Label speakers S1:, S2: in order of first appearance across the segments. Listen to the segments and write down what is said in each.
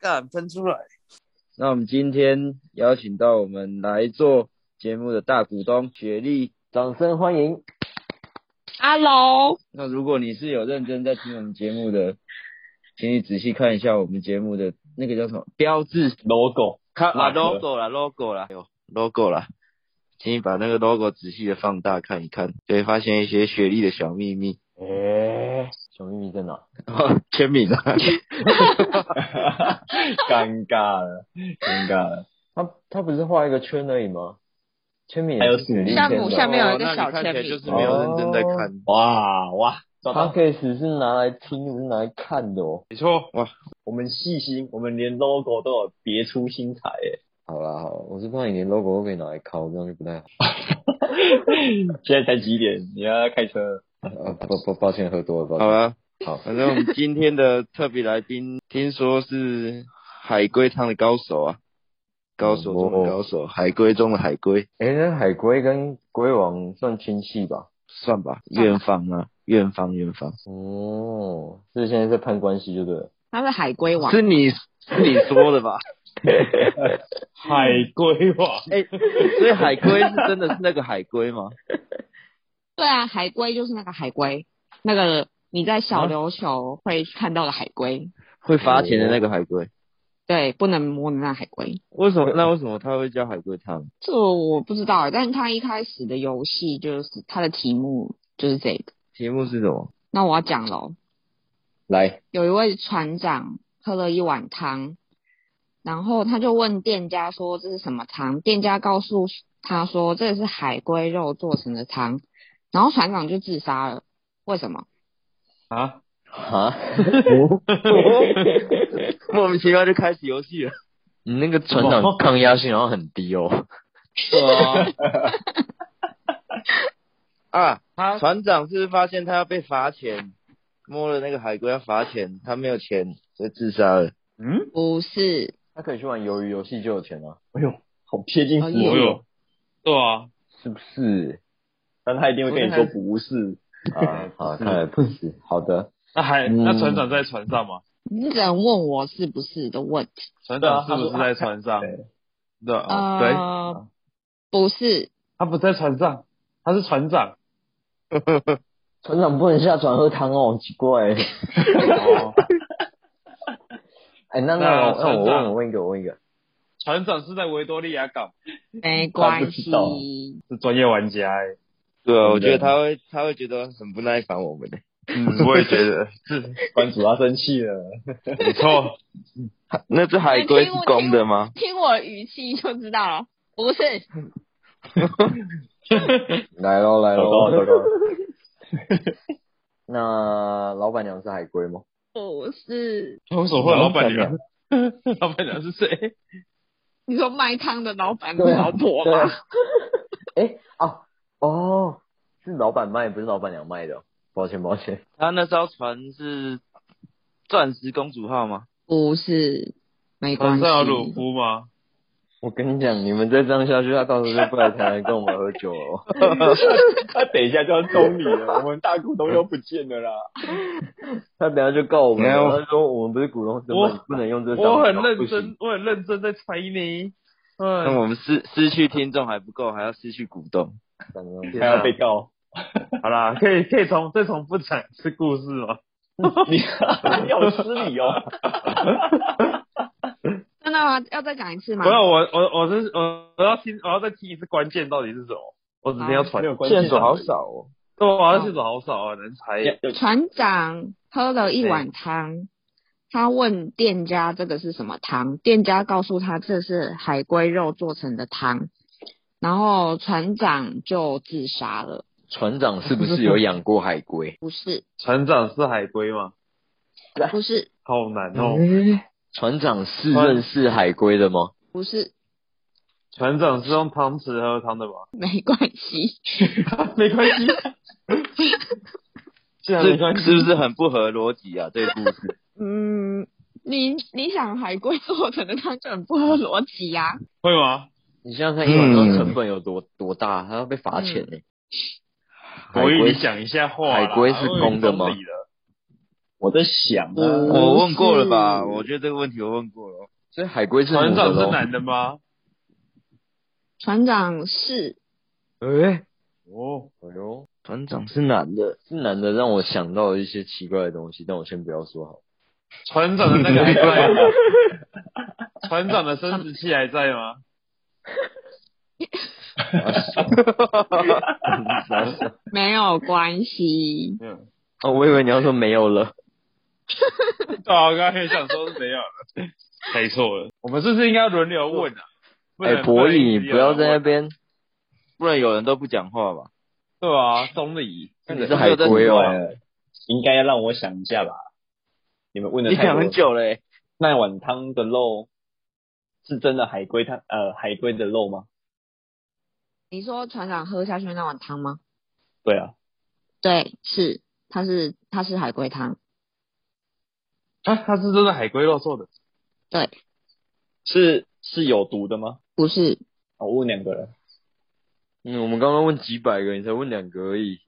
S1: 干喷出来。
S2: 那我们今天邀请到我们来做节目的大股东雪莉，掌声欢迎。
S3: Hello，
S2: 那如果你是有认真在听我们节目的，请你仔细看一下我们节目的那个叫什么标志，
S4: logo，
S2: 看啊
S4: 马克
S2: logo 啦 logo 啦，有 logo 啦，请你把那个 logo 仔细的放大看一看，就会发现一些雪莉的小秘密。
S4: 诶、小秘密在哪？
S2: 签名 啊，
S4: 尴尬了，尴尬了。他他不是画一个圈而已吗？
S2: 签名哦
S4: 还有死力
S3: 项
S4: 签
S3: 目
S4: 的。
S3: 下面有一个
S2: 哦那你
S3: 小
S2: 看
S3: 签
S2: 起来
S3: 名
S2: 就是没有认真在看。
S4: 哇哇，找
S5: 他
S4: 到
S5: c a s 是拿来听，不是拿来看的哦。
S4: 没错
S2: 哇
S4: 哇！我们细心，我们连 logo 都有别出心裁诶。
S5: 好啦，好，我是怕你连 logo 都可以拿来拷，这样就不太好。
S4: 现在才几点？你要开车？
S5: 啊、抱抱抱歉，喝多了，抱
S2: 好
S5: 歉。
S2: 了，
S5: 好
S2: 反正我们今天的特别来 宾，听说是海龟汤的高手啊，高手中的高手，海龟中的海龟，
S5: 哎、那海龟跟龟王算亲戚吧？
S2: 算吧，院方啊，院方院方，
S5: 哦，所以现在在攀关系就对了。
S3: 他是海龟王，
S2: 是你是你说的 吧？
S4: 海龟王，
S2: 哎、所以海龟是真的是那个海龟 吗？
S3: 对啊，海龟就是那个海龟，那个你在小琉球会看到的海龟，
S2: 会罚钱的那个海龟？
S3: 对，不能摸的那海龟。
S2: 为什么？那为什么他会叫海龟汤？
S3: 这我不知道欸，但是他一开始的游戏就是他的题目就是这个。
S2: 题目是什么？
S3: 那我要讲喽，
S5: 来，
S3: 有一位船长喝了一碗汤，然后他就问店家说这是什么汤，店家告诉他说这是海龟肉做成的汤，然后船长就自杀了，为什么？
S4: 啊，
S5: 哈，
S2: 莫名其妙就开始游戏了。
S5: 你那个船长抗压性好像很低 哦。
S2: 啊，他船长是不是发现他要被罚钱，摸了那个海龟要罚钱，他没有钱，所以自杀了。
S4: 嗯，
S3: 不是，
S5: 他可以去玩鱿鱼游戏就有钱啊，
S4: 哎呦，好贴近
S3: 哦
S4: 实
S3: 也
S4: 用，
S1: 对啊，
S5: 是不是？
S4: 但他一定会跟你说不是。
S5: 啊，好，看来不是。好的，
S1: 那还
S5: 嗯
S1: 那船长在船上吗？
S3: 你只能问我是不是的问题。
S1: 船
S4: 对啊
S1: 长是不是
S4: 他说
S1: 在船上
S4: 对？
S1: 对
S2: 哦
S1: 啊，对，
S3: 呃，不是，
S1: 他不在船上，他是船长。
S5: 船长不能下船喝汤哦，奇怪。
S1: 哦
S5: 哎、那那我那我问我问一个，我问一个，
S1: 船长是在维多利亚港，
S3: 没
S4: 他
S3: 关
S4: 不
S3: 系
S4: 知。道
S1: 是专业玩家哎、
S2: 对啊，我觉得
S4: 对
S2: 他会他会觉得很不耐烦我们 的。
S1: 嗯，我也觉 得是
S4: 关主要生气了，
S1: 没错。
S2: 那只海龟是公的吗？
S3: 听我的语气就知道了，不是。
S5: 来喽来
S4: 糟糕糟
S5: 喽。
S4: 糕，
S5: 那老板娘是海龟吗？
S3: 不是，
S1: 为什么会有老板娘？ 老板娘是谁？
S3: 你说卖汤的老板的
S5: 对啊
S3: 老婆
S5: 对
S3: 吗？
S5: 啊。哎、啊哦，是老板卖，不是老板娘卖的哦、抱歉抱歉，
S2: 他那艘船是钻石公主号吗？
S3: 不是，没
S1: 船
S3: 关系
S1: 上有。鲁夫吗？
S5: 我跟你讲，你们再这样下去，他到时候就不来台湾跟我们喝酒了哦。
S4: 他等一下就要收你了，我们大股东又不见了啦。
S5: 他等下就告我们
S2: 没有
S5: 了，他说我们不是股东身
S1: 我
S5: 份，你不能用这商品。
S1: 我很认
S5: 不行
S1: 真，，我很认真在猜你。
S2: 那
S1: 嗯，
S2: 我们失失去听众还不够，还要失去股东。
S5: 反正
S4: 还要被告，
S1: 好啦，可以可以从再重复讲一次故事吗？
S4: 你你好失礼哦。
S3: 真的吗？要再讲一次吗
S1: 不？要，我我我是我我要听，我要再听一次关键到底是什么？我只听到船
S4: 没，有关系啊
S5: 线索好少哦。
S1: 对啊，线索好少啊，难猜。
S4: 要要
S3: 船长喝了一碗汤，他问店家这个是什么汤，店家告诉他这是海龟肉做成的汤，然后船长就自杀了。？
S5: 船长是不是有养过海龟
S3: 不是，
S1: 船长是海龟吗？
S3: 不是，
S1: 好难哦。
S4: 嗯
S5: 船长是认识海龟的吗？
S3: 不是，
S1: 船长是用汤匙喝汤的 吗？
S3: 没关系。
S1: 没关系，
S4: 竟然没关
S2: 是
S4: 系，
S2: 是不是很不合逻辑啊？这个故事
S3: 嗯，你你想海龟做成的汤就很不合逻辑啊呀、
S1: 会吗？
S5: 你想想看，一碗汤成本有多多大，他要被罚钱呢。海
S1: 国语，
S5: 龟
S1: 你讲一下话啦。
S5: 海龟是公的吗
S1: 我以为你懂理了
S4: 我在想啊，
S3: 嗯
S2: 我问过了吧？
S3: 不是
S5: 嗯
S2: 我觉得这个问题我问过了。
S5: 所以海龟是
S1: 船长
S5: 母的
S1: 是
S5: 咯
S1: 男的吗？
S3: 船长是
S5: 哎，
S1: 哦，
S5: 哎呦，
S2: 团长是男的，
S5: 是男的让我想到了一些奇怪的东西，但我先不要说好。
S1: 船长的那个还在吗？船长的生殖器还在吗？
S3: 没有关系，
S1: 没有。
S5: 哦，我以为你要说没有了。
S1: 对啊，我刚才也想说是没有了， 猜错了。我们是不是应该轮流问啊？不
S5: 哎，
S1: 能
S5: 博弈，不要在那。边。
S2: 不然有人都不讲话吧？
S1: 对啊，中立。
S5: 你是海龟哦，
S6: 应该要让我想一下吧。你们问的
S2: 你
S6: 太多
S2: 讲
S6: 了
S2: 很久嘞、
S6: 那碗汤的肉是真的海龟汤呃海龟的肉吗？
S3: 你说船长喝下去那碗汤吗？
S6: 对啊，
S3: 对，是，它是它是海龟汤，
S1: 啊，它是真的海龟肉做的。
S6: 是是有毒的吗？
S3: 不是
S6: 哦我问两个人，
S5: 嗯，我们刚刚问几百个，你才问两个而已。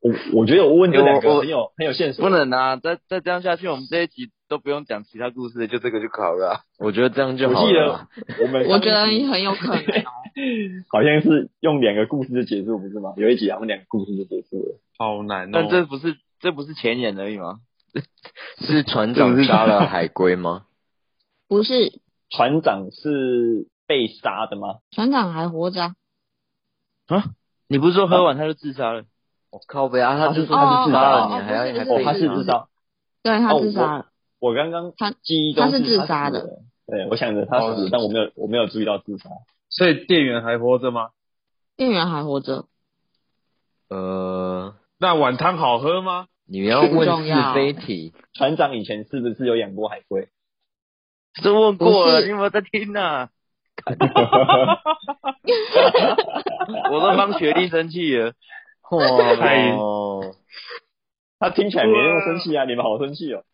S6: 我我觉得我问这两
S2: 哎我
S6: 个
S2: 我
S6: 很有很有线索
S2: 不。能啊！再再这样下去，我们这一集都不用讲其他故事，就这个就好了啊、
S5: 我觉得这样就
S6: 我
S5: 好
S6: 记
S5: 了
S6: 得
S5: 啦。
S6: 我们
S3: 我觉得
S6: 上一集
S3: 很有可能 哦。
S6: 好像是用两个故事就结束，不是吗？有一集他们两个故事就结束了。
S1: 好难哦
S2: 但。这不是这不是前言而已吗？
S5: 是船长杀了海龟吗？
S3: 不是，
S6: 船长是被杀的吗？
S3: 船长还活着、啊。
S2: 你不是说喝完他就自杀了？
S5: 我靠北啊！他就说
S3: 哦
S5: 他是自杀
S3: 哦哦
S5: 了，你还
S3: 不是
S5: 要还
S3: 不
S6: 哦
S3: 是，
S5: 被
S6: 他是
S5: 杀
S6: 自杀。
S3: 对他
S6: 哦
S3: 自杀了，
S6: 我刚刚
S3: 他
S6: 记忆中
S3: 他是自
S6: 他
S3: 杀
S6: 死
S3: 的
S6: 了。对，我想着他死
S1: 哦
S6: 了，但我没有我没有注意到自杀。
S1: 所以店员还活着吗？
S3: 店员还活着。
S5: 呃，
S1: 那碗汤好喝吗？
S5: 你要问
S3: 不重
S5: 是
S3: 要
S5: 非题，
S6: 船长以前是不是有养过海龟？
S2: 这问过
S3: 不
S2: 了，
S3: 是
S2: 你有没有在听 啊？ 我都帮学弟生气了。
S5: 哇，
S6: 哦他听起来没那么生气啊！你们好生气哦。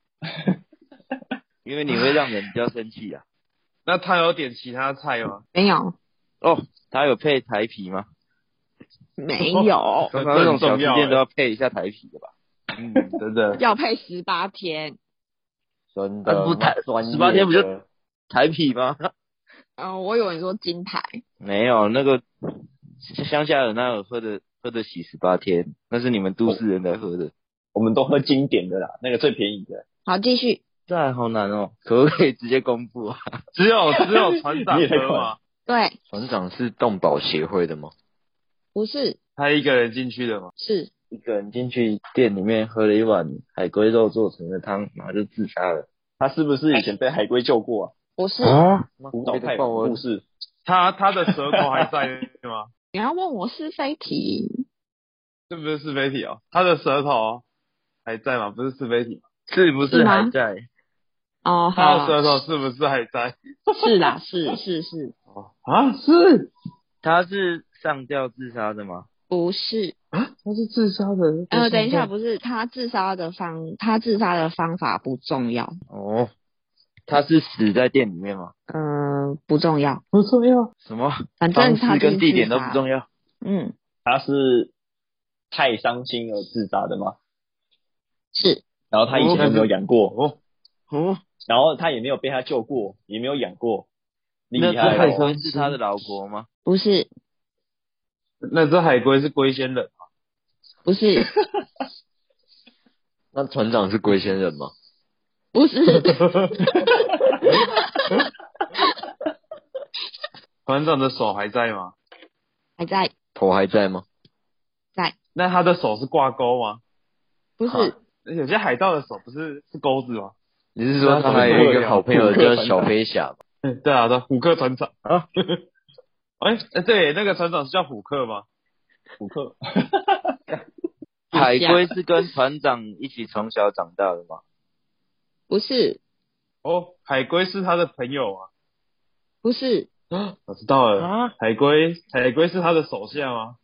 S2: 因为你会让人比较生气啊。
S1: 那他有点其他菜吗？
S3: 没有，
S2: 哦，他有配台皮吗？
S3: 没 有，
S1: 这
S2: 通常这
S1: 个
S2: 种小
S1: 很重
S2: 吃
S1: 要
S2: 店都
S1: 欸。
S2: 要配一下台皮的吧？
S1: 嗯，真的。
S3: 要配十八天。
S5: 真
S2: 啊
S5: 的
S2: 不太
S5: 专业
S2: 18天不就
S5: 的
S2: 台皮吗？
S3: 嗯、我以为你说金牌，
S2: 没有，那个乡下人那有喝的喝得起十八天，那是你们都市人在喝的。
S6: 我们都喝经典的啦，那个最便宜的。
S3: 好，继续。
S2: 这还好难哦，可不可以直接公布啊？
S1: 只有只有船长
S6: 你也太
S1: 喝
S6: 快
S1: 吗
S6: 了？
S3: 对，
S5: 船长是动保协会的吗？
S3: 不是，
S1: 他一个人进去的吗？
S3: 是
S2: 一个人进去店里面喝了一碗海龟肉做成的汤，然后就自杀了。
S6: 他是不是以前被海龟救过啊？
S3: 不是？
S2: 啊？
S6: 舞蹈派有故事，
S1: 他他的舌头还在吗？
S3: 你要问我是非题？
S1: 这不是是非题哦，他的舌头还在吗？不是是非题，
S2: 是不
S3: 是
S2: 是
S3: 吗
S2: 还在？
S3: 哦，
S1: 他的
S3: 好，
S1: 舌头是不是还在？
S3: 是啦，是是是，
S1: 啊，是
S2: 他是上吊自杀的吗？
S3: 不是？
S1: 他是自杀的。
S3: 呃，等一下，，不是他自杀的方，他自杀的方法不重要，
S2: 哦，他是死在店里面吗？
S3: 嗯、不重要，
S1: 不重要。
S2: 什么
S3: 反正
S2: 方
S3: 他
S2: 式
S3: 就是
S2: 跟地点
S3: 自
S2: 都
S3: 杀
S2: 不重要？
S3: 嗯，
S6: 他是太伤心而自杀的吗？
S3: 是
S6: 然后他以前都没有养过，
S1: 哦，
S2: 哦，
S6: 然后他也没有被他救过，也没有养过，厉
S2: 那
S6: 害
S2: 这海
S6: 哦！
S2: 龟是他的老婆吗？
S3: 不是？
S1: 那只海龟是龟仙人，
S3: 不是，
S5: 那船长是龟仙人吗？
S3: 不是，
S1: 船长的手还在吗？
S3: 还在，
S5: 头还在吗？
S1: 那他的手是挂钩吗？
S3: 不是
S5: 好，
S1: 有些海盗的手不是是钩子吗？
S5: 你是说他还有一个好朋友叫小飞侠吗？
S1: 嗯， 对啊，对，虎克船长啊。 哎、哎对，那个船长是叫虎克吗？
S6: 补课
S2: 海龟是跟船长一起从小长大的吗？
S3: 不是，
S1: 哦，海龟是他的朋友啊。
S3: 不是，
S1: 我知道
S7: 呃
S1: 了，
S2: 啊，
S1: 海龟，海龟是他的手下吗？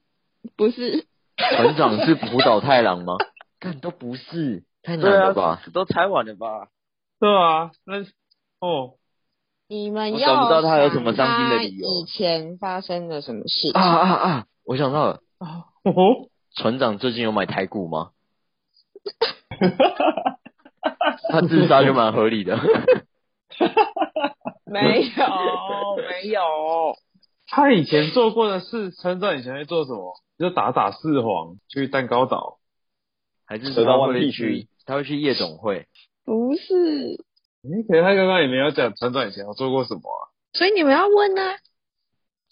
S3: 不是，
S5: 船长是浦岛太郎 吗？干都不是，太难
S2: 对
S5: 了
S2: 啊
S5: 吧？，
S2: 都猜完了 吧？
S1: 对啊，那哦，
S3: 你们
S2: 我
S3: 要
S2: 找不到他有什么
S3: 想
S2: 伤心的
S3: 他
S2: 理由
S3: 以前发生了什么事？
S5: 啊啊啊！我想到了，
S1: 哦，
S5: 船长最近有买台 股吗？他自杀就蛮合理的。
S3: 没有，没有，
S1: 他以前做过的事，陈总以前会做什么？就打打四皇，去蛋糕岛。
S5: 还是
S7: 得到
S5: 他
S7: 万
S5: 会
S7: 必
S5: 去
S7: 须，
S5: 他会去夜总会，
S3: 不是。
S1: 诶，可是他刚刚也没有讲陈总以前有做过什么啊？
S3: 所以你们要问啊，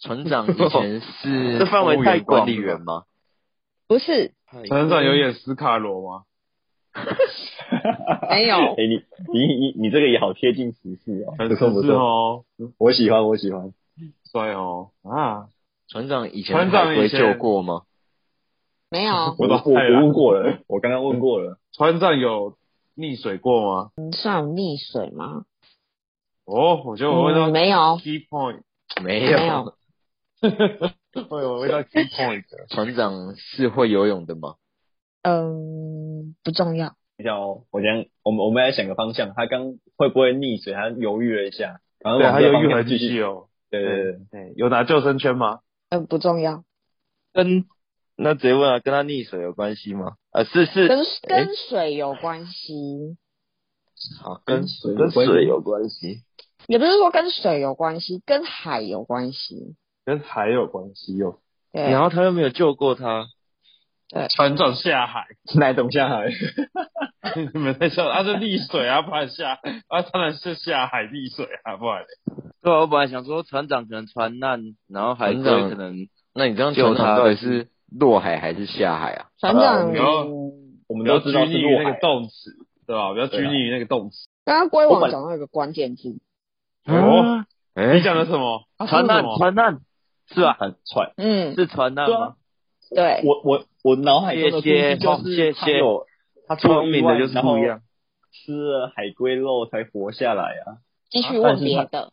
S5: 船长以前 是
S7: 这范围
S5: 公务
S7: 太
S5: 员管
S7: 广
S5: 理
S7: 了
S5: 员吗？
S3: 不是，
S7: 哎
S1: 陈总有演斯卡罗吗？
S3: 没有
S7: 哎、你你你你这个也好贴近时事哦，
S1: 很
S7: 不错不
S1: 是
S7: 错，
S1: 哦，
S7: 我喜欢我喜欢。
S1: 帅哦啊！
S5: 船长以前
S1: 船长
S5: 海龟
S1: 以前
S5: 救过吗？
S3: 没有，
S7: 我都我
S1: 太懒
S7: 我问过了，我刚刚问过了。
S1: 船长有溺水过吗？
S3: 你算有溺水吗？
S1: 哦，我觉得我问到
S3: 嗯没有，
S1: key point，
S5: 没
S3: 没有
S5: 有，
S1: 我有问到 key point 的。
S5: 船长是会游泳的吗？
S3: 嗯，不重要。
S7: 等一下哦，我先我们我们来想个方向，他刚会不会溺水？他犹豫了一下，然后
S1: 对，
S7: 往
S1: 还
S7: 这
S1: 有
S7: 方
S1: 玉
S7: 向
S1: 环
S7: 继
S1: 继
S7: 续
S1: 续。哦。
S7: 对对对，
S1: 对，有拿救生圈吗？
S3: 嗯，不重要，
S5: 跟那直接问啊，跟他溺水有关系吗？啊，是是，
S3: 跟跟水有关系，
S5: 好
S7: 跟水有
S5: 跟
S7: 关系
S5: 水有关系。
S3: 也不是说跟水有关系，跟海有关系。
S1: 跟海有关系哦。
S3: 对
S7: 哎
S5: 然，后他又没有救过他，
S1: 船长下海，
S7: 奶董下海，
S1: 你们在笑，他是溺水啊，不然下，啊，当然是下海溺水啊，不然嘞。
S2: 对啊，我本来想说船长可能船难，然后海龟
S5: 船长
S2: 可能
S5: 那你这样
S2: 救
S5: 船长
S2: 他
S5: 到底是落海还是下海啊？
S3: 船长
S1: 然后
S7: 我们
S1: 不
S7: 都
S1: 要
S7: 知
S1: 拘
S7: 道
S1: 泥
S7: 是
S1: 于
S7: 落
S1: 那
S7: 海
S1: 个。动词，对吧？不要拘泥于那个动词。
S3: 刚刚龟
S7: 我
S3: 王
S7: 本
S3: 讲到一个关键字，
S1: 哦，
S5: 哎
S1: 你，讲的什么？他说
S2: 船
S1: 什
S2: 难
S1: 么？
S2: 船难是吧？
S7: 很喘，
S3: 嗯，
S2: 是船难
S7: 对
S2: 吗
S7: 啊？
S3: 对，
S7: 我我我脑海中的估计就是他有他出了
S5: 聪明
S7: 意外
S5: 的就是不一，
S7: 然
S5: 样
S7: 后。吃了海龟肉才活下来啊。
S3: 继续
S7: 但
S3: 问
S7: 是
S3: 别
S7: 他
S3: 的。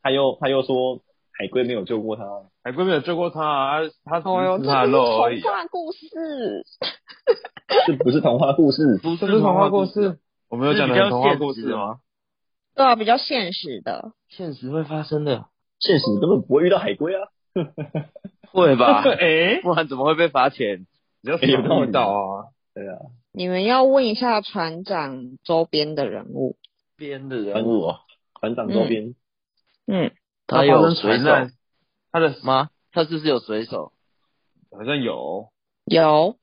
S7: 他又他又说海龟没有救过他，
S1: 海龟没有救过他啊，他
S3: 哦哟，
S1: 只是
S3: 这不
S1: 他的
S3: 是
S1: 肉而已
S3: 童
S1: 啊。
S3: 话故事，
S7: 这不是童话故事。
S2: 不是
S1: 这是童话故
S2: 事，
S1: 事，啊我们有讲的
S2: 是比较
S1: 很童话
S2: 现
S1: 故
S2: 实
S1: 事
S2: 的
S1: 吗？
S3: 对啊，比较现实的。
S2: 现实会发生的，
S7: 现实根本不会遇到海龟啊，
S2: 会 吧？
S1: 哎，
S2: 不然怎么会被罚钱？
S1: 比较少
S7: 哎有道理
S1: 遇到啊。
S7: 对啊，
S3: 你们要问一下船长周边的人物，
S2: 编的人
S7: 船
S1: 哦
S7: 长船长周边、
S3: 嗯，
S5: 哎
S2: 他
S1: 发
S2: 有
S1: 生
S2: 水
S1: 船
S2: 手
S1: 难，他的
S2: 吗？他是不是有水手？
S1: 好像有，
S3: 有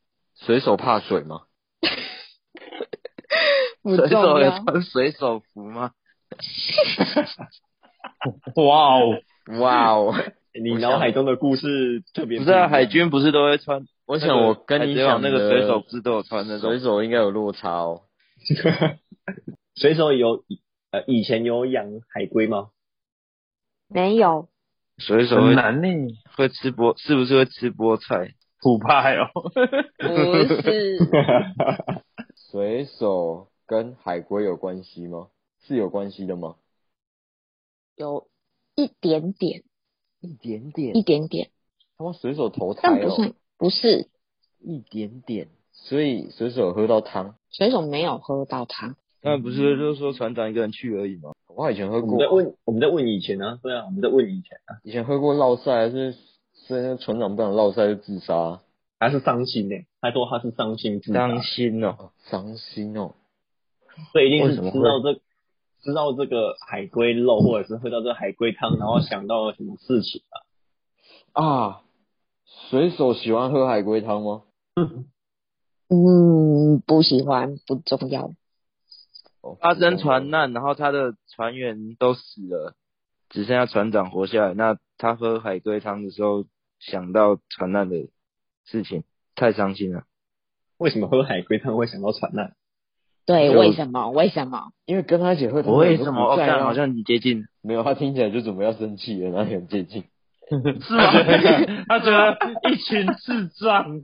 S5: 水手怕水吗？
S3: 不
S2: 水
S3: 重
S2: 手有
S3: 要，
S2: 穿水手服吗？
S1: 哇哦，
S5: 哇哦！
S7: 你脑海中的故事特别
S2: 不是啊，海军不是都会穿？
S5: 我想我跟你讲
S2: 那个水手不是都有穿那
S5: 的
S2: 种
S5: 水？手应该有落差哦。
S7: 水手有呃以前有养海龟吗？
S3: 没有，
S5: 水手
S1: 很
S5: 会
S1: 难呢，
S5: 会吃菠，是不是会吃菠菜？
S1: 土派哦。
S3: 不是。
S5: 水手跟海龟有关系吗？是有关系的吗？
S3: 有一点点，
S5: 一点点
S3: 一，点点，
S5: 他妈水手投
S7: 哎
S5: 胎
S3: 但不
S5: 哦，
S3: 是不是
S5: 一点点，所以水手有喝到汤。
S3: 水手没有喝到汤，
S2: 那不是就是说船长一个人去而已吗？
S5: 我以前喝
S7: 我们在
S5: 过，
S7: 问我们在问以前啊，对啊，我们在问以前，
S5: 以前喝过落塞，是所以那船长不想落塞就自杀，
S7: 他是伤心呢、他说他是伤心
S5: 嗯
S7: 自杀
S2: 伤心哦，
S5: 伤心哦。
S7: 所以一定
S5: 为
S7: 是
S5: 什么
S7: 吃到这吃到这个海龟肉，或者是喝到这个海龟汤，然后想到了什么事情啊？
S5: 啊，水手喜欢喝海龟汤吗？
S3: 嗯，不喜欢，不重要，
S5: 哦
S2: 发生船难，然后他的船员都死了，只剩下船长活下来。那他喝海龟汤的时候想到船难的事情，太伤心了。
S7: 为什么喝海龟汤会想到船难？
S3: 对，
S5: 就
S3: 为什么？为什么？
S5: 因为跟他一起喝汤，
S2: 我为什么？
S5: 我
S2: 我
S5: 不在
S2: 看
S5: 啊
S2: 好像你接近，
S5: 没有，他听起来就准备要生气了，然后很接近。
S2: 是
S1: 他觉
S2: 吗？
S1: 得他觉得一群智 障，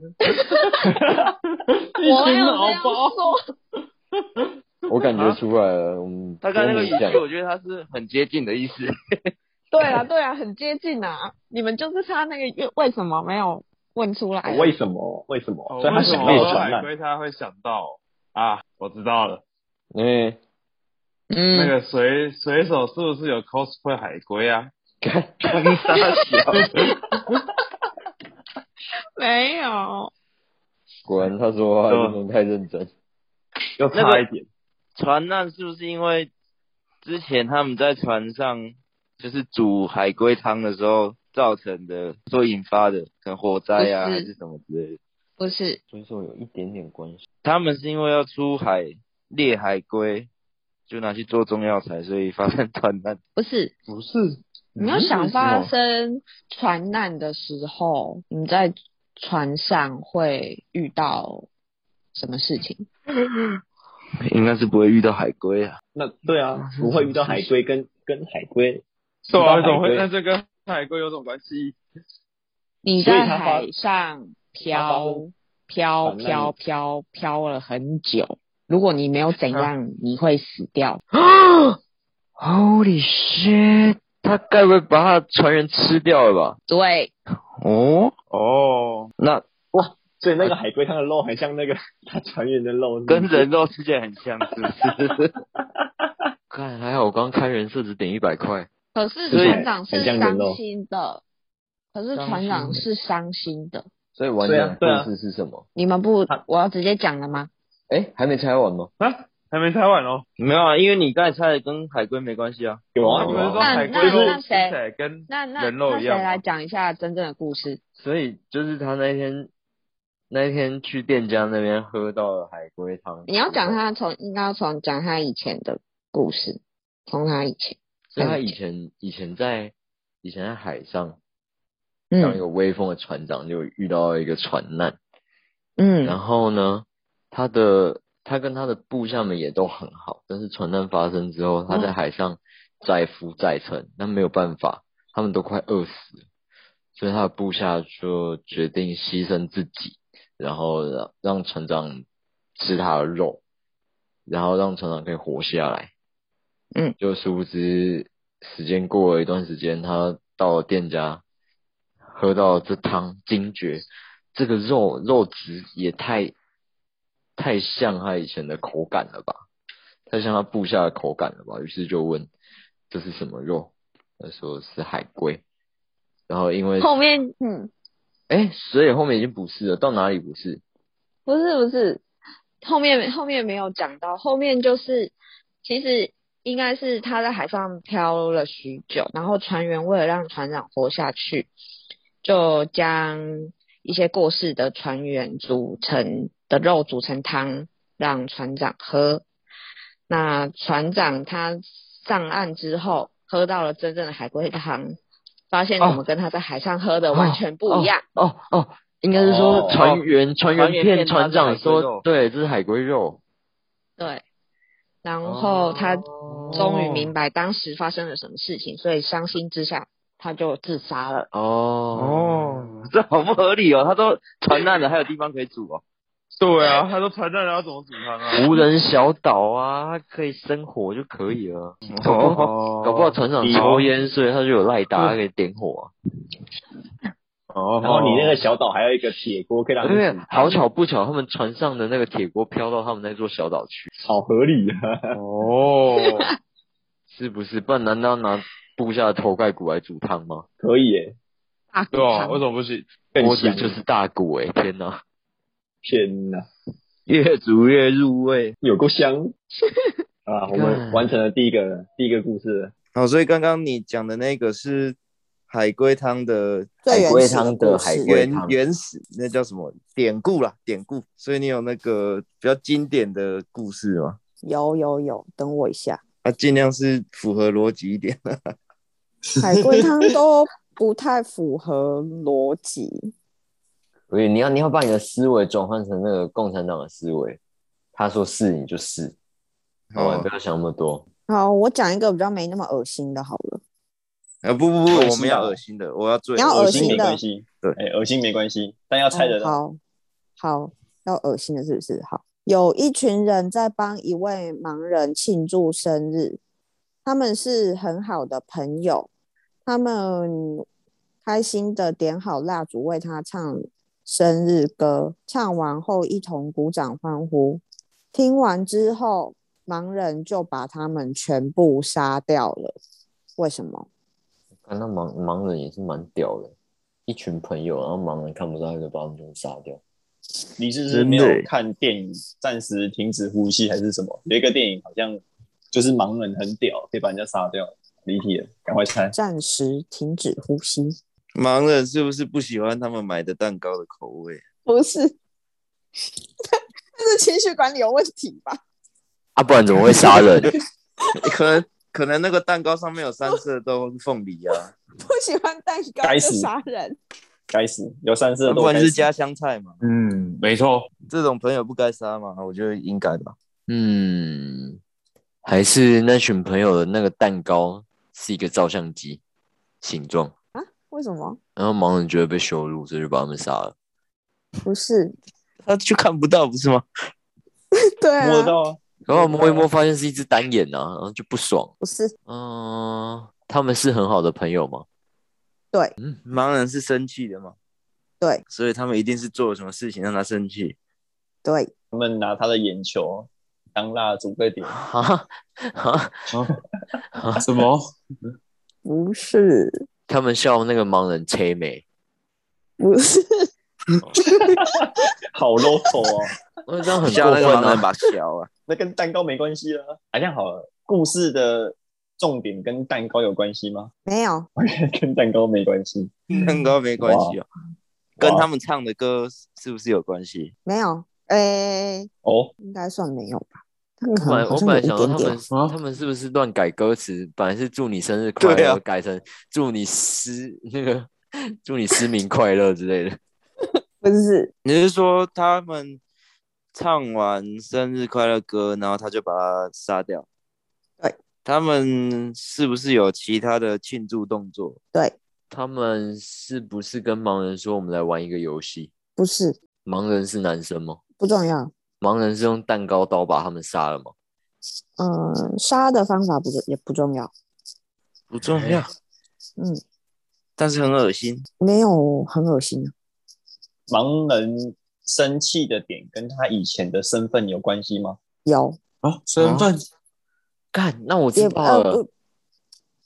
S1: 一
S3: 我
S1: 群
S3: 有
S1: 脑
S3: 这样
S1: 包。
S3: 说，
S5: 我感觉出来了，嗯，
S2: 他刚才那个语
S5: 跟你讲
S2: 气，我觉得他是很接近的意思。
S3: 对啊，对啊，很接近啊，你们就是差那个为什么没有问出来？啊
S7: 为什么？为什么？
S1: 哦
S7: 所以他
S1: 为什
S7: 想
S1: 么
S7: 到
S1: 我
S7: 了
S1: 说
S7: 船
S1: 海
S7: 难，
S1: 龟他会想到啊？我知道了，
S5: 因为
S1: 那
S3: 嗯，
S1: 个水水手是不是有 cosplay 海龟啊？
S3: 没有，
S5: 果然他说话不能太认真。
S7: 又差一点。
S2: 船难是不是因为之前他们在船上就是煮海龟汤的时候造成的，所引发的，可能火灾啊
S3: 不是
S2: 还是什么之类的。
S3: 不是，
S7: 所以说有一点点关系。
S2: 他们是因为要出海猎海龟，就拿去做中药材，所以发生船难。
S3: 不是，
S4: 不是，
S3: 你要想发生船难的时候，你在船上会遇到什么事情？
S2: 应该是不会遇到海龟啊。
S8: 那对啊，不会遇到海龟，跟跟海龟，
S1: 对啊，
S8: 海
S1: 怎么会？
S8: 龟
S1: 那这跟海龟有什么关系？
S3: 你
S8: 所以
S3: 在
S8: 他发
S3: 海上
S8: 他发
S3: 漂漂
S8: 生船难
S3: 漂漂漂了很久，如果你没有怎样，你会死掉。
S5: Holy shit！他该不会把他的船员吃掉了吧？
S3: 对，
S5: 哦，
S1: 哦，
S5: 那
S8: 所以那个海龟汤的肉很像那个他船员的肉，
S2: 跟人肉吃起来很像，是不 是？
S5: 看还好，我刚看人设只点一百块。
S3: 可是
S8: 所以
S3: 船长是
S8: 很像人
S3: 伤
S8: 肉
S3: 心的，可
S8: 哦
S3: 是船长是伤心的。
S7: 所以完
S8: 对
S7: 整
S8: 啊对啊
S7: 的故事是什么？
S3: 你们不
S8: 他，
S3: 我要直接讲了吗？
S7: 哎、还没猜完吗？
S1: 啊还没猜完哦。
S2: 没有啊，因为你刚才猜的跟海龟没关系啊。
S8: 有啊，
S1: 你
S8: 有
S1: 们说
S8: 啊，
S1: 海龟肉吃起来跟
S3: 那那
S1: 人肉
S3: 那
S1: 一
S3: 谁
S1: 样
S3: 来
S1: 吗？
S3: 讲一下真正的故事？
S5: 所以就是他那天那天去店家那边喝到了海龟汤。
S3: 你要讲他从应该要从讲他以前的故事，从他以前，
S5: 所以他以前以前在以前在海上当一
S3: 嗯
S5: 个威风的船长，就遇到一个船难。然
S3: 嗯
S5: 后呢，他的他跟他的部下们也都很好，但是船难发生之后，他在海上载浮载沉，那没有办法，他们都快饿死了，所以他的部下就决定牺牲自己，然后让让船长吃他的肉，然后让船长可以活下来。
S3: 嗯，
S5: 就殊不知时间过了一段时间，他到了店家，喝到这汤，惊觉这个肉肉质也太太像他以前的口感了吧，太像他部下的口感了吧。于是就问这是什么肉，他说是海龟。然后因为
S3: 后面嗯
S5: 哎，所以后面已经不是了，到哪里不是？
S3: 不是不是，后面后面没有讲到，后面就是其实应该是他在海上漂了许久，然后船员为了让船长活下去，就将一些过世的船员煮成的肉煮成汤让船长喝。那船长他上岸之后喝到了真正的海龟汤，发现怎么跟他在海上喝的完全不一样。
S5: 哦哦，应该是
S8: 哦
S5: 说船员、船员
S2: 船员骗
S5: 骗
S2: 他
S5: 船
S2: 是海
S5: 长
S2: 龟
S5: 说
S2: 肉，
S5: 对，这是海龟肉。
S3: 对，然
S5: 哦
S3: 后他
S2: 哦
S1: 哦
S3: 终于明白当时发生了什么事情，所以伤心之下他就自杀了。
S5: 哦
S1: 哦，
S2: 这好不合理哦！他都船难了，还有地方可以煮哦。
S1: 对啊，他说船难了要怎么煮汤啊？
S5: 无人小岛啊，它可以生火就可以了。搞不好，
S1: 哦
S5: 搞不好船长抽烟，所以他就有赖打，他可以点火、
S1: 哦，
S8: 然后你那个小岛还有一个铁锅可以
S5: 啊。
S8: 让
S5: 因为
S8: 你
S5: 好巧不巧，他们船上的那个铁锅飘到他们那座小岛去，
S8: 好合理啊，
S1: 哦，
S5: 是不是？不然难道拿部下的头盖骨来煮汤吗？
S8: 可以耶，
S3: 大骨
S1: 对 啊，为
S3: 汤
S1: 什么不行？
S8: 更
S5: 锅子
S8: 香
S5: 就是大骨哎、天哪！
S8: 天哪，
S2: 越煮越入味。
S8: 有够香啊！我们完成了第一个了第一个故事了，
S2: 好，哦所以刚刚你讲的那个是海龟汤的
S7: 海
S9: 最
S7: 龟
S9: 原始的
S7: 汤的
S9: 故
S7: 海
S9: 事
S7: 龟
S2: 原
S7: 汤
S2: 原始，那叫什么典故啦？典故。所以你有那个比较经典的故事吗？
S9: 有有有，等我一 下，
S2: 啊，尽量是符合逻辑一点。
S9: 海龟汤都不太符合逻辑。
S7: 所以你要你要把你的思维转换成那个共产党的思维，他说是你就是，好吧，
S2: 哦
S7: 不要想那么多。
S9: 好，我讲一个比较没那么恶心的，好了。
S2: 啊，不不
S8: 没关
S2: 不，
S8: 系
S2: 我们要
S8: 啦
S2: 恶心的，我要最
S9: 你要
S8: 恶
S9: 恶
S8: 心
S9: 心
S8: 没
S9: 的
S8: 关系，
S2: 对
S8: 哎，恶心没关系，但要猜得
S9: 哦
S8: 到。
S9: 好，好，要恶心的是不是？好，有一群人在帮一位盲人庆祝生日，他们是很好的朋友，他们开心的点好蜡烛为他唱生日歌，唱完后一同鼓掌欢呼。听完之后，盲人就把他们全部杀掉了。为什么？
S7: 看那盲盲人也是蛮屌的，一群朋友，然后盲人看不到他就把他们全杀掉。
S2: 欸
S8: 你是不是没有看电影《暂时停止呼吸》还是什么？有一个电影好像就是盲人很屌，可以把人家杀掉。离题了，赶快猜。
S3: 暂时停止呼吸，
S2: 盲人是不是不喜欢他们买的蛋糕的口味？
S3: 不是， 这是情绪管理有问题吧？
S5: 啊，不然怎么会杀人？
S2: 可能可能那个蛋糕上面有三色豆或是凤梨啊，
S3: 不喜欢蛋糕
S8: 该
S3: 就
S8: 死
S3: 杀人，
S8: 该死，有三色
S2: 啊
S8: 豆
S2: 不然
S8: 该
S2: 就是
S8: 死。
S2: 加香菜嘛。
S1: 嗯，没错，
S2: 这种朋友不该杀嘛，我觉得应该吧。
S5: 嗯，还是那群朋友的那个蛋糕是一个照相机形状，
S3: 为什么？
S5: 然后盲人觉得被羞辱，所以就把他们杀了。
S3: 不是，
S2: 他就看不到不是吗？
S3: 对
S8: 摸得
S3: 啊，
S8: 到啊，
S5: 然后摸一摸，发现是一只单眼呐、啊，然后就不爽。
S3: 不是，
S5: 嗯、他们是很好的朋友吗？
S3: 对
S2: 盲人是生气的嘛，
S3: 对
S2: 所以他们一定是做了什么事情让他生气。
S3: 对，
S8: 他们拿他的眼球当蜡烛在点。
S5: 哈哈，
S1: 啊什么？
S3: 不是，
S5: 他们笑那个盲人切眉，
S3: 不是，
S8: 好 local 哦，
S5: 我这样很
S2: 笑
S5: 过
S2: 那个
S5: 分
S2: 盲人
S5: 啊！
S2: 把笑啊，
S8: 那跟蛋糕没关系啊。啊，这样好了，故事的重点跟蛋糕有关系吗？
S3: 没有，
S8: 跟蛋糕没关系，
S2: 蛋糕没关系哦，跟他们唱的歌是不是有关系？
S3: 没有，诶、
S8: 哦，
S3: 应该算没有吧？他们
S5: 我
S3: 可
S5: 本来
S3: 能好
S5: 我
S3: 像
S5: 本
S3: 有
S5: 来想说
S3: 一点
S5: 他
S3: 点
S5: 们，他们是不是乱改歌词？本来是祝你生日快
S2: 对
S5: 乐，
S2: 啊
S5: 改成祝你失那个祝你失明快乐之类的。
S3: 不是，
S2: 你是说他们唱完生日快乐歌，然后他就把他杀掉？
S3: 对，
S2: 他们是不是有其他的庆祝动作？
S3: 对，
S5: 他们是不是跟盲人说我们来玩一个游戏？
S3: 不是，
S5: 盲人是男生吗？
S3: 不重要。
S5: 盲人是用蛋糕刀把他们杀了吗？
S3: 嗯，杀的方法不重也不重要。
S2: 不重要，
S3: 嗯，
S2: 但是很恶心。
S3: 没有很恶心啊，
S8: 盲人生气的点跟他以前的身份有关系吗？
S3: 有
S1: 啊，身份
S5: 干，那我
S3: 也
S5: 知道
S3: 呃
S5: 了。
S3: 不，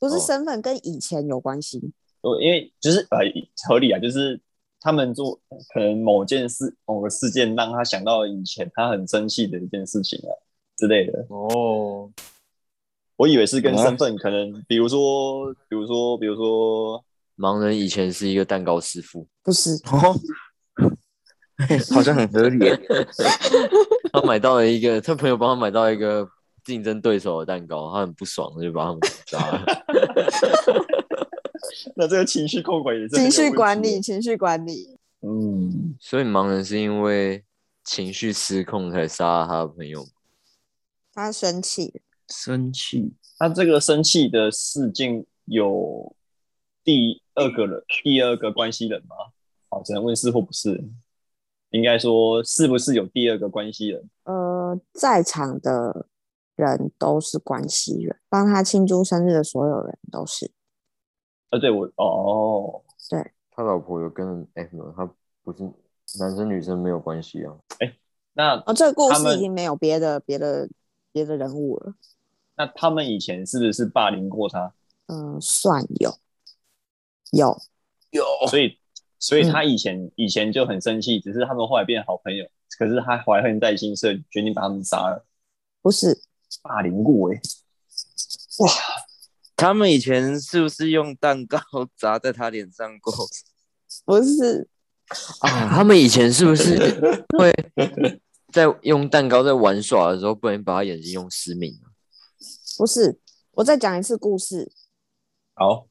S3: 不是
S5: 哦
S3: 身份跟以前有关系。
S8: 我因为就是呃合理啊，就是他们做可能某件事某个事件让他想到以前他很生气的一件事情啊之类的。
S1: 哦，
S8: 我以为是跟
S2: 啊
S8: 身份可能，比如说比如说比如说
S5: 盲人以前是一个蛋糕师傅，
S3: 不是，
S2: 哦，好像很合理耶。
S5: 他买到了一个，他朋友帮他买到一个竞争对手的蛋糕，他很不爽，就把他们杀了。
S8: 那这个情绪控管也是很有
S3: 情绪
S8: 问题
S3: 管
S8: 的
S3: 理，，情绪管理，
S8: 嗯，
S5: 所以盲人是因为情绪失控才杀了他的朋友吗。
S3: 他生气了，
S2: 生气，
S8: 他这个生气的事件有第二个人第二个关系人吗？好，只能问是或不是，应该说是不是有第二个关系人？
S3: 呃，在场的人都是关系人，帮他庆祝生日的所有人都是。
S8: 啊，对我哦，
S5: 他老婆有跟哎、没有，他不是男生女生没有关系啊。
S8: 那
S3: 哦，这个故
S8: 他
S3: 事
S8: 们
S3: 已经没有别的别的别的人物了。
S8: 那他们以前是不是霸凌过他？
S3: 嗯、算有，有，
S8: 所以，哦嗯所以他以前、以前就很生气，只是他们后来变好朋友，可是他怀恨在心，所以决定把他们杀了。
S3: 不是，
S8: 霸凌过哎、
S2: 他们以前是不是用蛋糕砸在他脸上过？
S3: 不是，
S5: 啊，他们以前是 不是会在用蛋糕在玩耍的时候，不然把他眼睛用失明啊？
S3: 不是。我再讲一次故事。
S8: 好，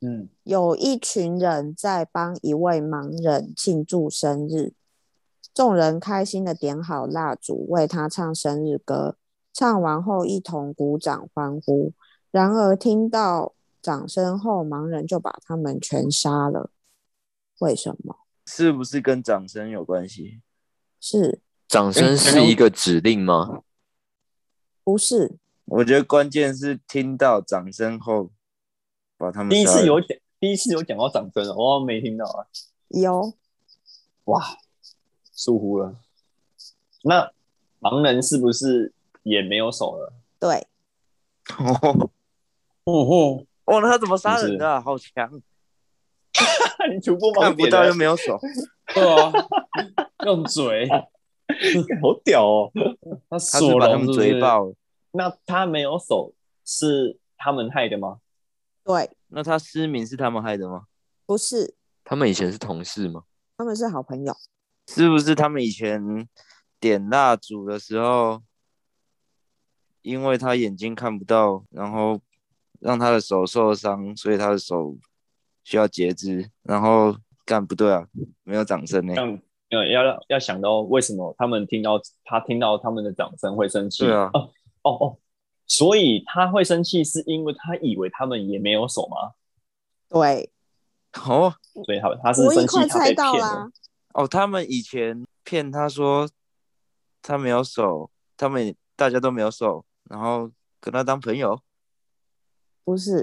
S8: 嗯，
S3: 有一群人在帮一位盲人庆祝生日，众人开心的点好蜡烛，为他唱生日歌。唱完后，一同鼓掌欢呼。然而，听到掌声后，盲人就把他们全杀了。为什么？
S2: 是不是跟掌声有关系？
S3: 是
S5: 掌声是一个指令吗？
S3: 不是？
S2: 我觉得关键是听到掌声后把他们
S8: 第一
S2: 杀
S8: 次
S2: 了
S8: 有讲，第一次有讲到掌声哦，我没听到啊，
S3: 有
S8: 哇，疏忽了。那盲人是不是也没有手了？
S3: 对，
S2: 哦
S1: 哦吼，
S2: 哦，那他怎么杀人的啊、好强，
S8: 你突破盲
S2: 看不
S8: 点
S2: 到
S8: 了
S2: 又，没有手，
S1: 对啊， 用嘴，
S8: 好屌哦！哦
S2: 他
S1: 他
S2: 是
S1: 锁
S2: 把
S1: 了
S2: 他们嘴爆了。
S8: 那他没有手是他们害的吗？
S9: 对，
S2: 那他失明是他们害的吗？
S9: 不是，
S5: 他们以前是同事吗？
S9: 他们是好朋友。
S2: 是不是他们以前点蜡烛的时候，因为他眼睛看不到，然后让他的手受伤，所以他的手需要截肢。然后干不对啊，没有掌声呢、
S8: 这样呃，要让要想到为什么他们听到他听到他们的掌声会生气？
S2: 对啊
S8: 哦哦哦，所以他会生气是因为他以为他们也没有手吗？
S9: 对，
S2: 哦
S8: 所以他他是
S9: 我一
S8: 生气
S9: 快
S8: 他
S9: 猜
S8: 被
S9: 到
S8: 骗
S9: 啦
S8: 了。。
S2: 哦，他们以前骗他说他没有手，他们大家都没有手，然后跟他当朋友。
S9: 不是，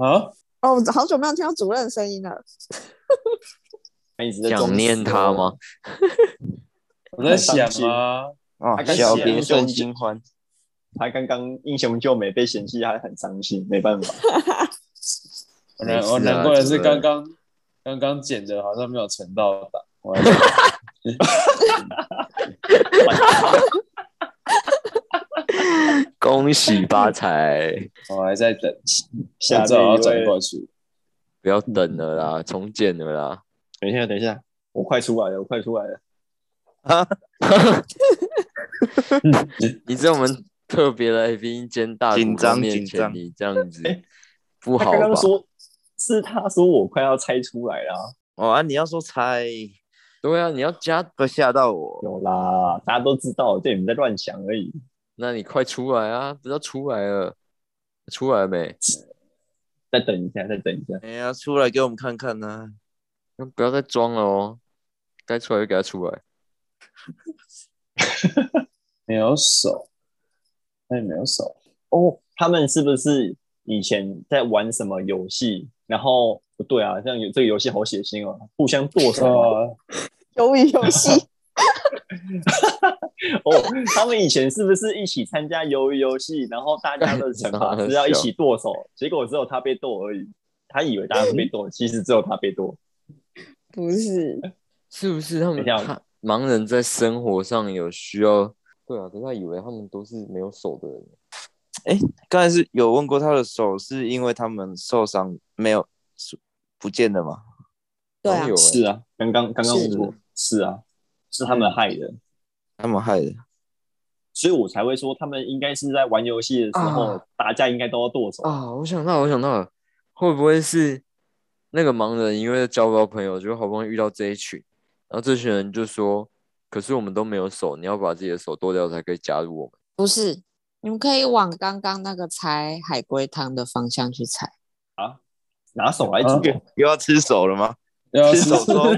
S8: 啊，
S9: 哦，我好久没有听到主任的声音了。
S8: 他一直在
S5: 想念他吗？？
S1: 我在想啊，
S2: 哦
S8: 他，跟
S2: 小
S8: 西安
S2: 别胜
S8: 兄弟
S2: 新欢。
S8: 他刚刚英雄救美被嫌弃，还很伤心，没办法。
S1: 我
S5: 没
S1: 难
S5: 事啊
S1: 我难怪的
S5: 怎
S1: 是
S5: 么
S1: 刚
S5: 了
S1: 刚刚刚剪的好像没有存到档，我 还想
S5: 恭喜发财！
S1: 我还在等，
S8: 下
S1: 我只好
S8: 面
S1: 要
S8: 一
S1: 转
S8: 位，
S1: 过去。
S5: 不要等了啦，重建了啦。
S8: 等一下，等一下，我快出来了，我快出来了。
S2: 啊，
S5: 你在我们特别来宾兼大
S2: 紧
S5: 股东
S2: 张
S5: 面
S2: 紧
S5: 前，
S2: 张
S5: 你这样子
S8: 哎
S5: 不
S8: 他
S5: 好
S8: 刚刚
S5: 吧？
S8: 说，是他说我快要猜出来啦。
S2: 哦啊，你要说猜
S5: 对啊，你要加，
S2: 会吓到我。
S8: 有啦，大家都知道，对，你们在乱想而已。
S5: 那你快出来啊！不要出来了，出来没？
S8: 再等一下，再等一下。
S2: 哎呀，出来给我们看看啊呢、
S5: 不要再装了哦，该出来就给他出来。
S1: 没有手，那也没有手，
S8: 哦，他们是不是以前在玩什么游戏？然后不对啊，这样有这个游戏好血腥哦，互相剁手啊。
S1: 哦，
S9: 鱿 鱼游戏
S8: 哦，他们以前是不是一起参加鱿鱼游戏？然后大家的惩罚是要一起 剁手，结果只有他被剁而已。他以为大家都被剁，
S1: 嗯
S8: 其实只有他被剁。
S9: 不是，
S5: 是不是他们
S8: 等一下
S5: 他盲人在生活上有需要？对啊，可是他以为他们都是没有手的人。
S2: 刚才是有问过他的手是因为他们受伤没有是不见的吗？
S9: 对
S5: 好
S9: 啊
S5: 像，有欸
S8: 是啊，刚刚刚刚
S9: 是
S8: 问过，是啊，是他们害
S1: 嗯
S8: 的，
S2: 他们害的。
S8: 所以我才会说他们应该是在玩游戏的时候，
S5: 啊
S8: 大家应该都要剁手。
S5: 啊，我想到，我想到了，会不会是那个盲人因为交不到朋友，就好不容易遇到这一群，然后这群人就说：“可是我们都没有手，你要把自己的手剁掉才可以加入我们。
S3: 不是，你们可以往刚刚那个猜海龟汤的方向去猜。
S8: 拿手来煮
S1: 啊
S8: 哦，
S2: 又要吃手了吗？
S8: 啊
S1: 要
S2: 吃手
S1: 手
S2: 手，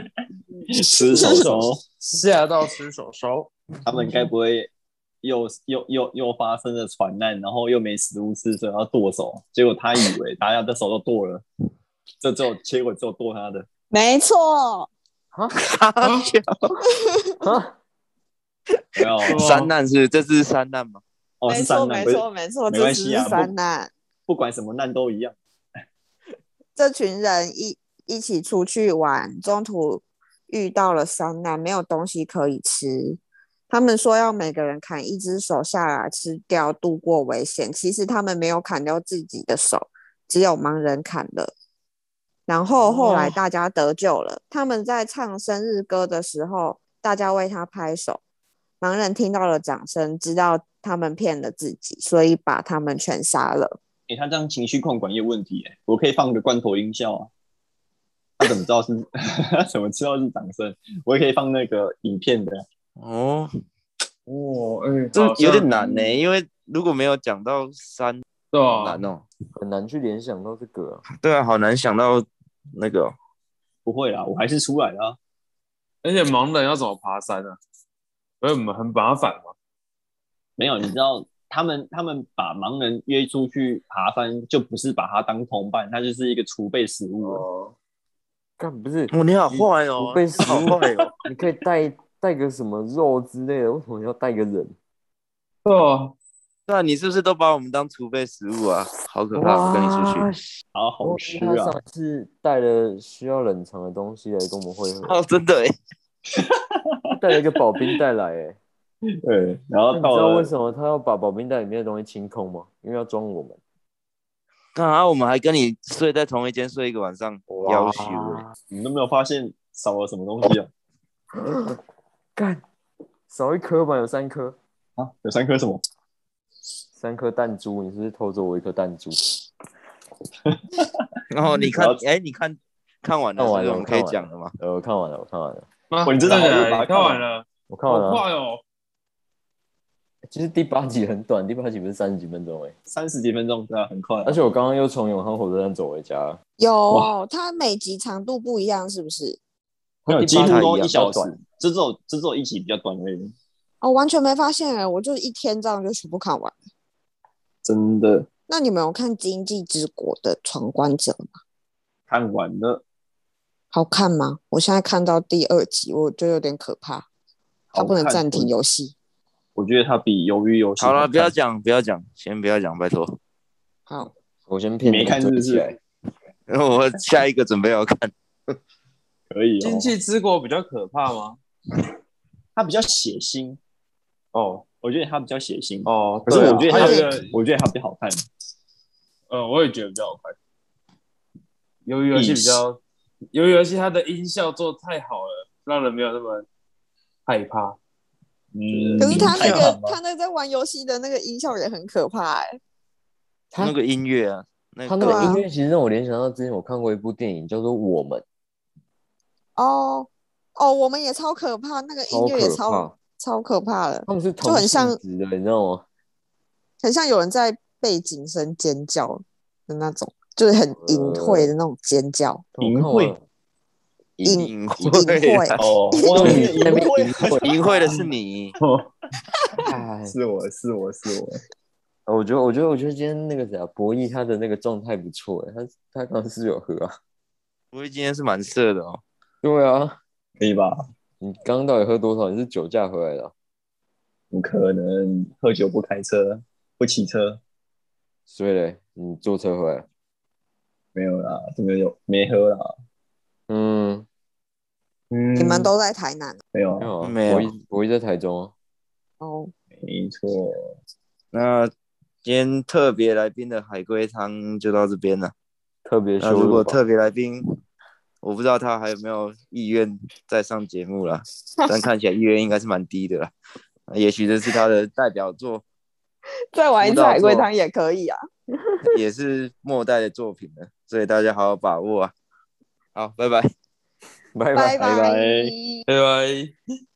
S8: 吃手手，
S1: 吓到吃手手，
S8: 他们该不会又又又又发生了船难，然后又没食物吃，所以要剁手？结果他以为大家的手都剁了，这只有结果只有剁他的。
S9: 没错，
S2: 啊
S1: 啊
S8: 没有
S1: 是吗
S2: 三难是不是这是三难吗？
S8: 哦，
S9: 没
S8: 是
S9: 错，
S8: 三难，
S9: 没
S8: 不是
S9: 错，没错，
S8: 没
S9: 这
S8: 关
S9: 只
S8: 系
S9: 是
S8: 啊不
S9: 三难。
S8: 不管什么难都一样。
S9: 这群人一一起出去玩，中途遇到了山难，没有东西可以吃。他们说要每个人砍一只手下来吃掉，度过危险。其实他们没有砍掉自己的手，只有盲人砍了。然后后来大家得救了。他们在唱生日歌的时候，大家为他拍手。盲人听到了掌声，知道他们骗了自己，所以把他们全杀了。
S8: 诶，他这样情绪控管也有问题诶，我可以放个罐头音效啊。他怎么知道是？ 他怎么知道是掌声？我也可以放那个影片的。
S2: 哦，
S1: 哦，哎，
S2: 这
S1: 好像
S2: 有点难呢、欸因为如果没有讲到三，
S1: 对
S2: 好
S1: 啊
S2: 难，哦。
S5: 很难去联想到这个、啊。
S2: 对啊，好难想到那个哦、
S8: 不会啦，我还是出来啊啦。
S1: 而且盲人要怎么爬山啊？不是很很麻烦吗？
S8: 没有，你知道他们他们把盲人约出去爬山，就不是把他当同伴，他就是一个储备食物了。
S1: 哦，
S5: 干不是，
S2: 哦，你好坏哦
S5: 我，被
S2: 你好坏哦。
S5: 你可以带带个什么肉之类的，为什么要带个人？
S1: 对啊，
S2: 对啊，你是不是都把我们当储备食物啊？好可怕！我跟你出去。
S5: 去。
S8: 好好
S5: 我
S8: 吃
S5: 哦他
S8: 啊！
S5: 上次带了需要冷藏的 东西来跟我们会合，
S2: 欸哦，真的耶，
S5: 带了一个保冰袋来、欸，
S8: 对，然
S5: 你
S8: 后
S5: 知
S8: 到
S5: 道
S8: 了
S5: 为什么他要把保冰袋里面的东西清空吗？因为要装我们。
S2: 干嘛？啊我们还跟你睡在同一间睡一个晚上，要求欸
S8: 你们都没有发现少了什么东西啊？
S5: 干，少一颗吧，有三颗，
S8: 啊，有三颗什么？
S5: 三颗弹珠，你是不是偷走我一颗弹珠？
S2: 然后你看
S8: 然后，
S2: 哎，你看看完了，
S5: 看
S2: 所
S5: 完
S2: 以
S5: 了
S2: 我们可以
S5: 看完了
S2: 讲了吗？
S5: 呃，我看完了，我看完了，
S1: 啊
S8: 哇你真
S1: 真
S8: 的好
S1: 的
S8: 有
S1: 你
S8: 把它
S1: 看
S8: 看
S1: 完
S8: 完
S1: 了，
S5: 我看
S1: 好
S5: 完了啊。
S1: 快哦！
S5: 其实第八集很短，第八集不是三十几分钟哎、
S8: 三十几分钟，对啊，很快啊、
S5: 而且我刚刚又从永康火车站走回家，
S3: 有哦，它每集长度不一样，是不是？
S8: 没有，
S5: 第
S8: 几
S5: 八
S8: 乎
S5: 集
S8: 都
S5: 啊
S8: 一小
S5: 比较
S8: 时
S5: 短，
S8: 就只有就只有一集比较短而已。
S3: 哦，完全没发现哎，我就一天这样就全部看完。
S8: 真的
S3: 那你们有看《经济之国》的闯关者吗？
S8: 看完了，
S3: 好看吗？我现在看到第二集，我觉得有点可怕，它
S8: 好
S3: 不能
S8: 看
S3: 暂停游戏。
S8: 我觉得它比《鱿鱼游戏》
S2: 好了，
S8: 看
S2: 不要讲，不要讲，先不要讲，拜托。
S3: 好，
S5: 我先骗
S8: 没
S5: 你
S8: 看
S5: 追
S8: 是不
S5: 起来
S8: 是。
S2: 我下一个准备要看，
S8: 可以哦
S1: 经。济之国比较可怕吗？
S8: 它比较血腥，
S1: 哦
S8: 我觉得它比较血腥。
S1: 哦，
S8: 可是
S1: 对啊
S8: 我觉得
S1: 还
S8: 它
S1: 有一个，
S8: 我觉得它比较好看。
S1: 呃，我也觉得比较好看。鱿鱼游戏比较，鱿鱼游戏它的音效做太好了，让人没有那么害怕。
S8: 嗯，
S3: 可是他那
S8: 太
S3: 个
S8: 看吗
S3: 他那个在玩游戏的那个音效也很可怕哎。
S5: 他
S2: 那个音乐啊，那
S5: 他
S2: 个
S5: 那
S3: 对
S5: 个
S3: 啊
S5: 音乐其实让我联想到之前我看过一部电影叫做《我们
S3: 哦哦，我们也超可怕，那个》，音
S5: 超
S3: 乐也
S5: 可
S3: 超
S5: 怕。
S3: 超可怕的，
S5: 他们是
S3: 就
S5: 同
S3: 很
S5: 性
S3: 像
S5: 质的，你知道吗？
S3: 很像有人在背景声尖叫的那种，就是很隐晦的那种尖叫，
S5: 但我 看完了，
S3: 隐
S2: 隐
S3: 隐
S2: 晦
S3: 晦。
S8: 哦，我怎么变
S5: 那
S8: 淫
S5: 边
S8: 秽
S5: 淫
S8: 了？
S5: 秽，
S2: 淫秽的是你，
S8: 哦
S5: 哎，
S8: 是我是我是我，
S5: 呃我觉得，我觉得，我觉得今天那个谁啊，博弈他的那个状态不错欸，他他刚刚是不是有喝啊？
S2: 不过今天是蛮色的哦。
S5: 对啊，
S8: 可以吧？
S5: 你刚刚到底喝多少？你是酒驾回来的啊、
S8: 不可能，喝酒不开车，不骑车，
S5: 所以嘞，你坐车回来？
S8: 没有啦，这个有没喝啦？
S5: 嗯，
S8: 嗯
S3: 你们都在台南
S8: 没有
S5: 没
S8: 啊，
S5: 有啊，
S2: 没有
S5: 博弈博弈在台中啊。
S3: 哦，
S8: 没错，
S2: 那今天特别来宾的海龟汤就到这边了。
S5: 特别
S2: 那
S5: 羞辱
S2: 啊如果
S5: 吧
S2: 特别来宾，我不知道他还有没有意愿再上节目 啦，但看起来意愿应该是蛮低的啦。那也许这是他的代表作，
S3: 再玩一
S2: 舞
S3: 次
S2: 蹈
S3: 海龟
S2: 做
S3: 汤也可以啊。
S2: 也是末代的作品了，所以大家好好把握啊！好，拜拜。
S5: 拜拜
S3: 拜
S8: 拜
S3: 拜。
S1: 拜拜。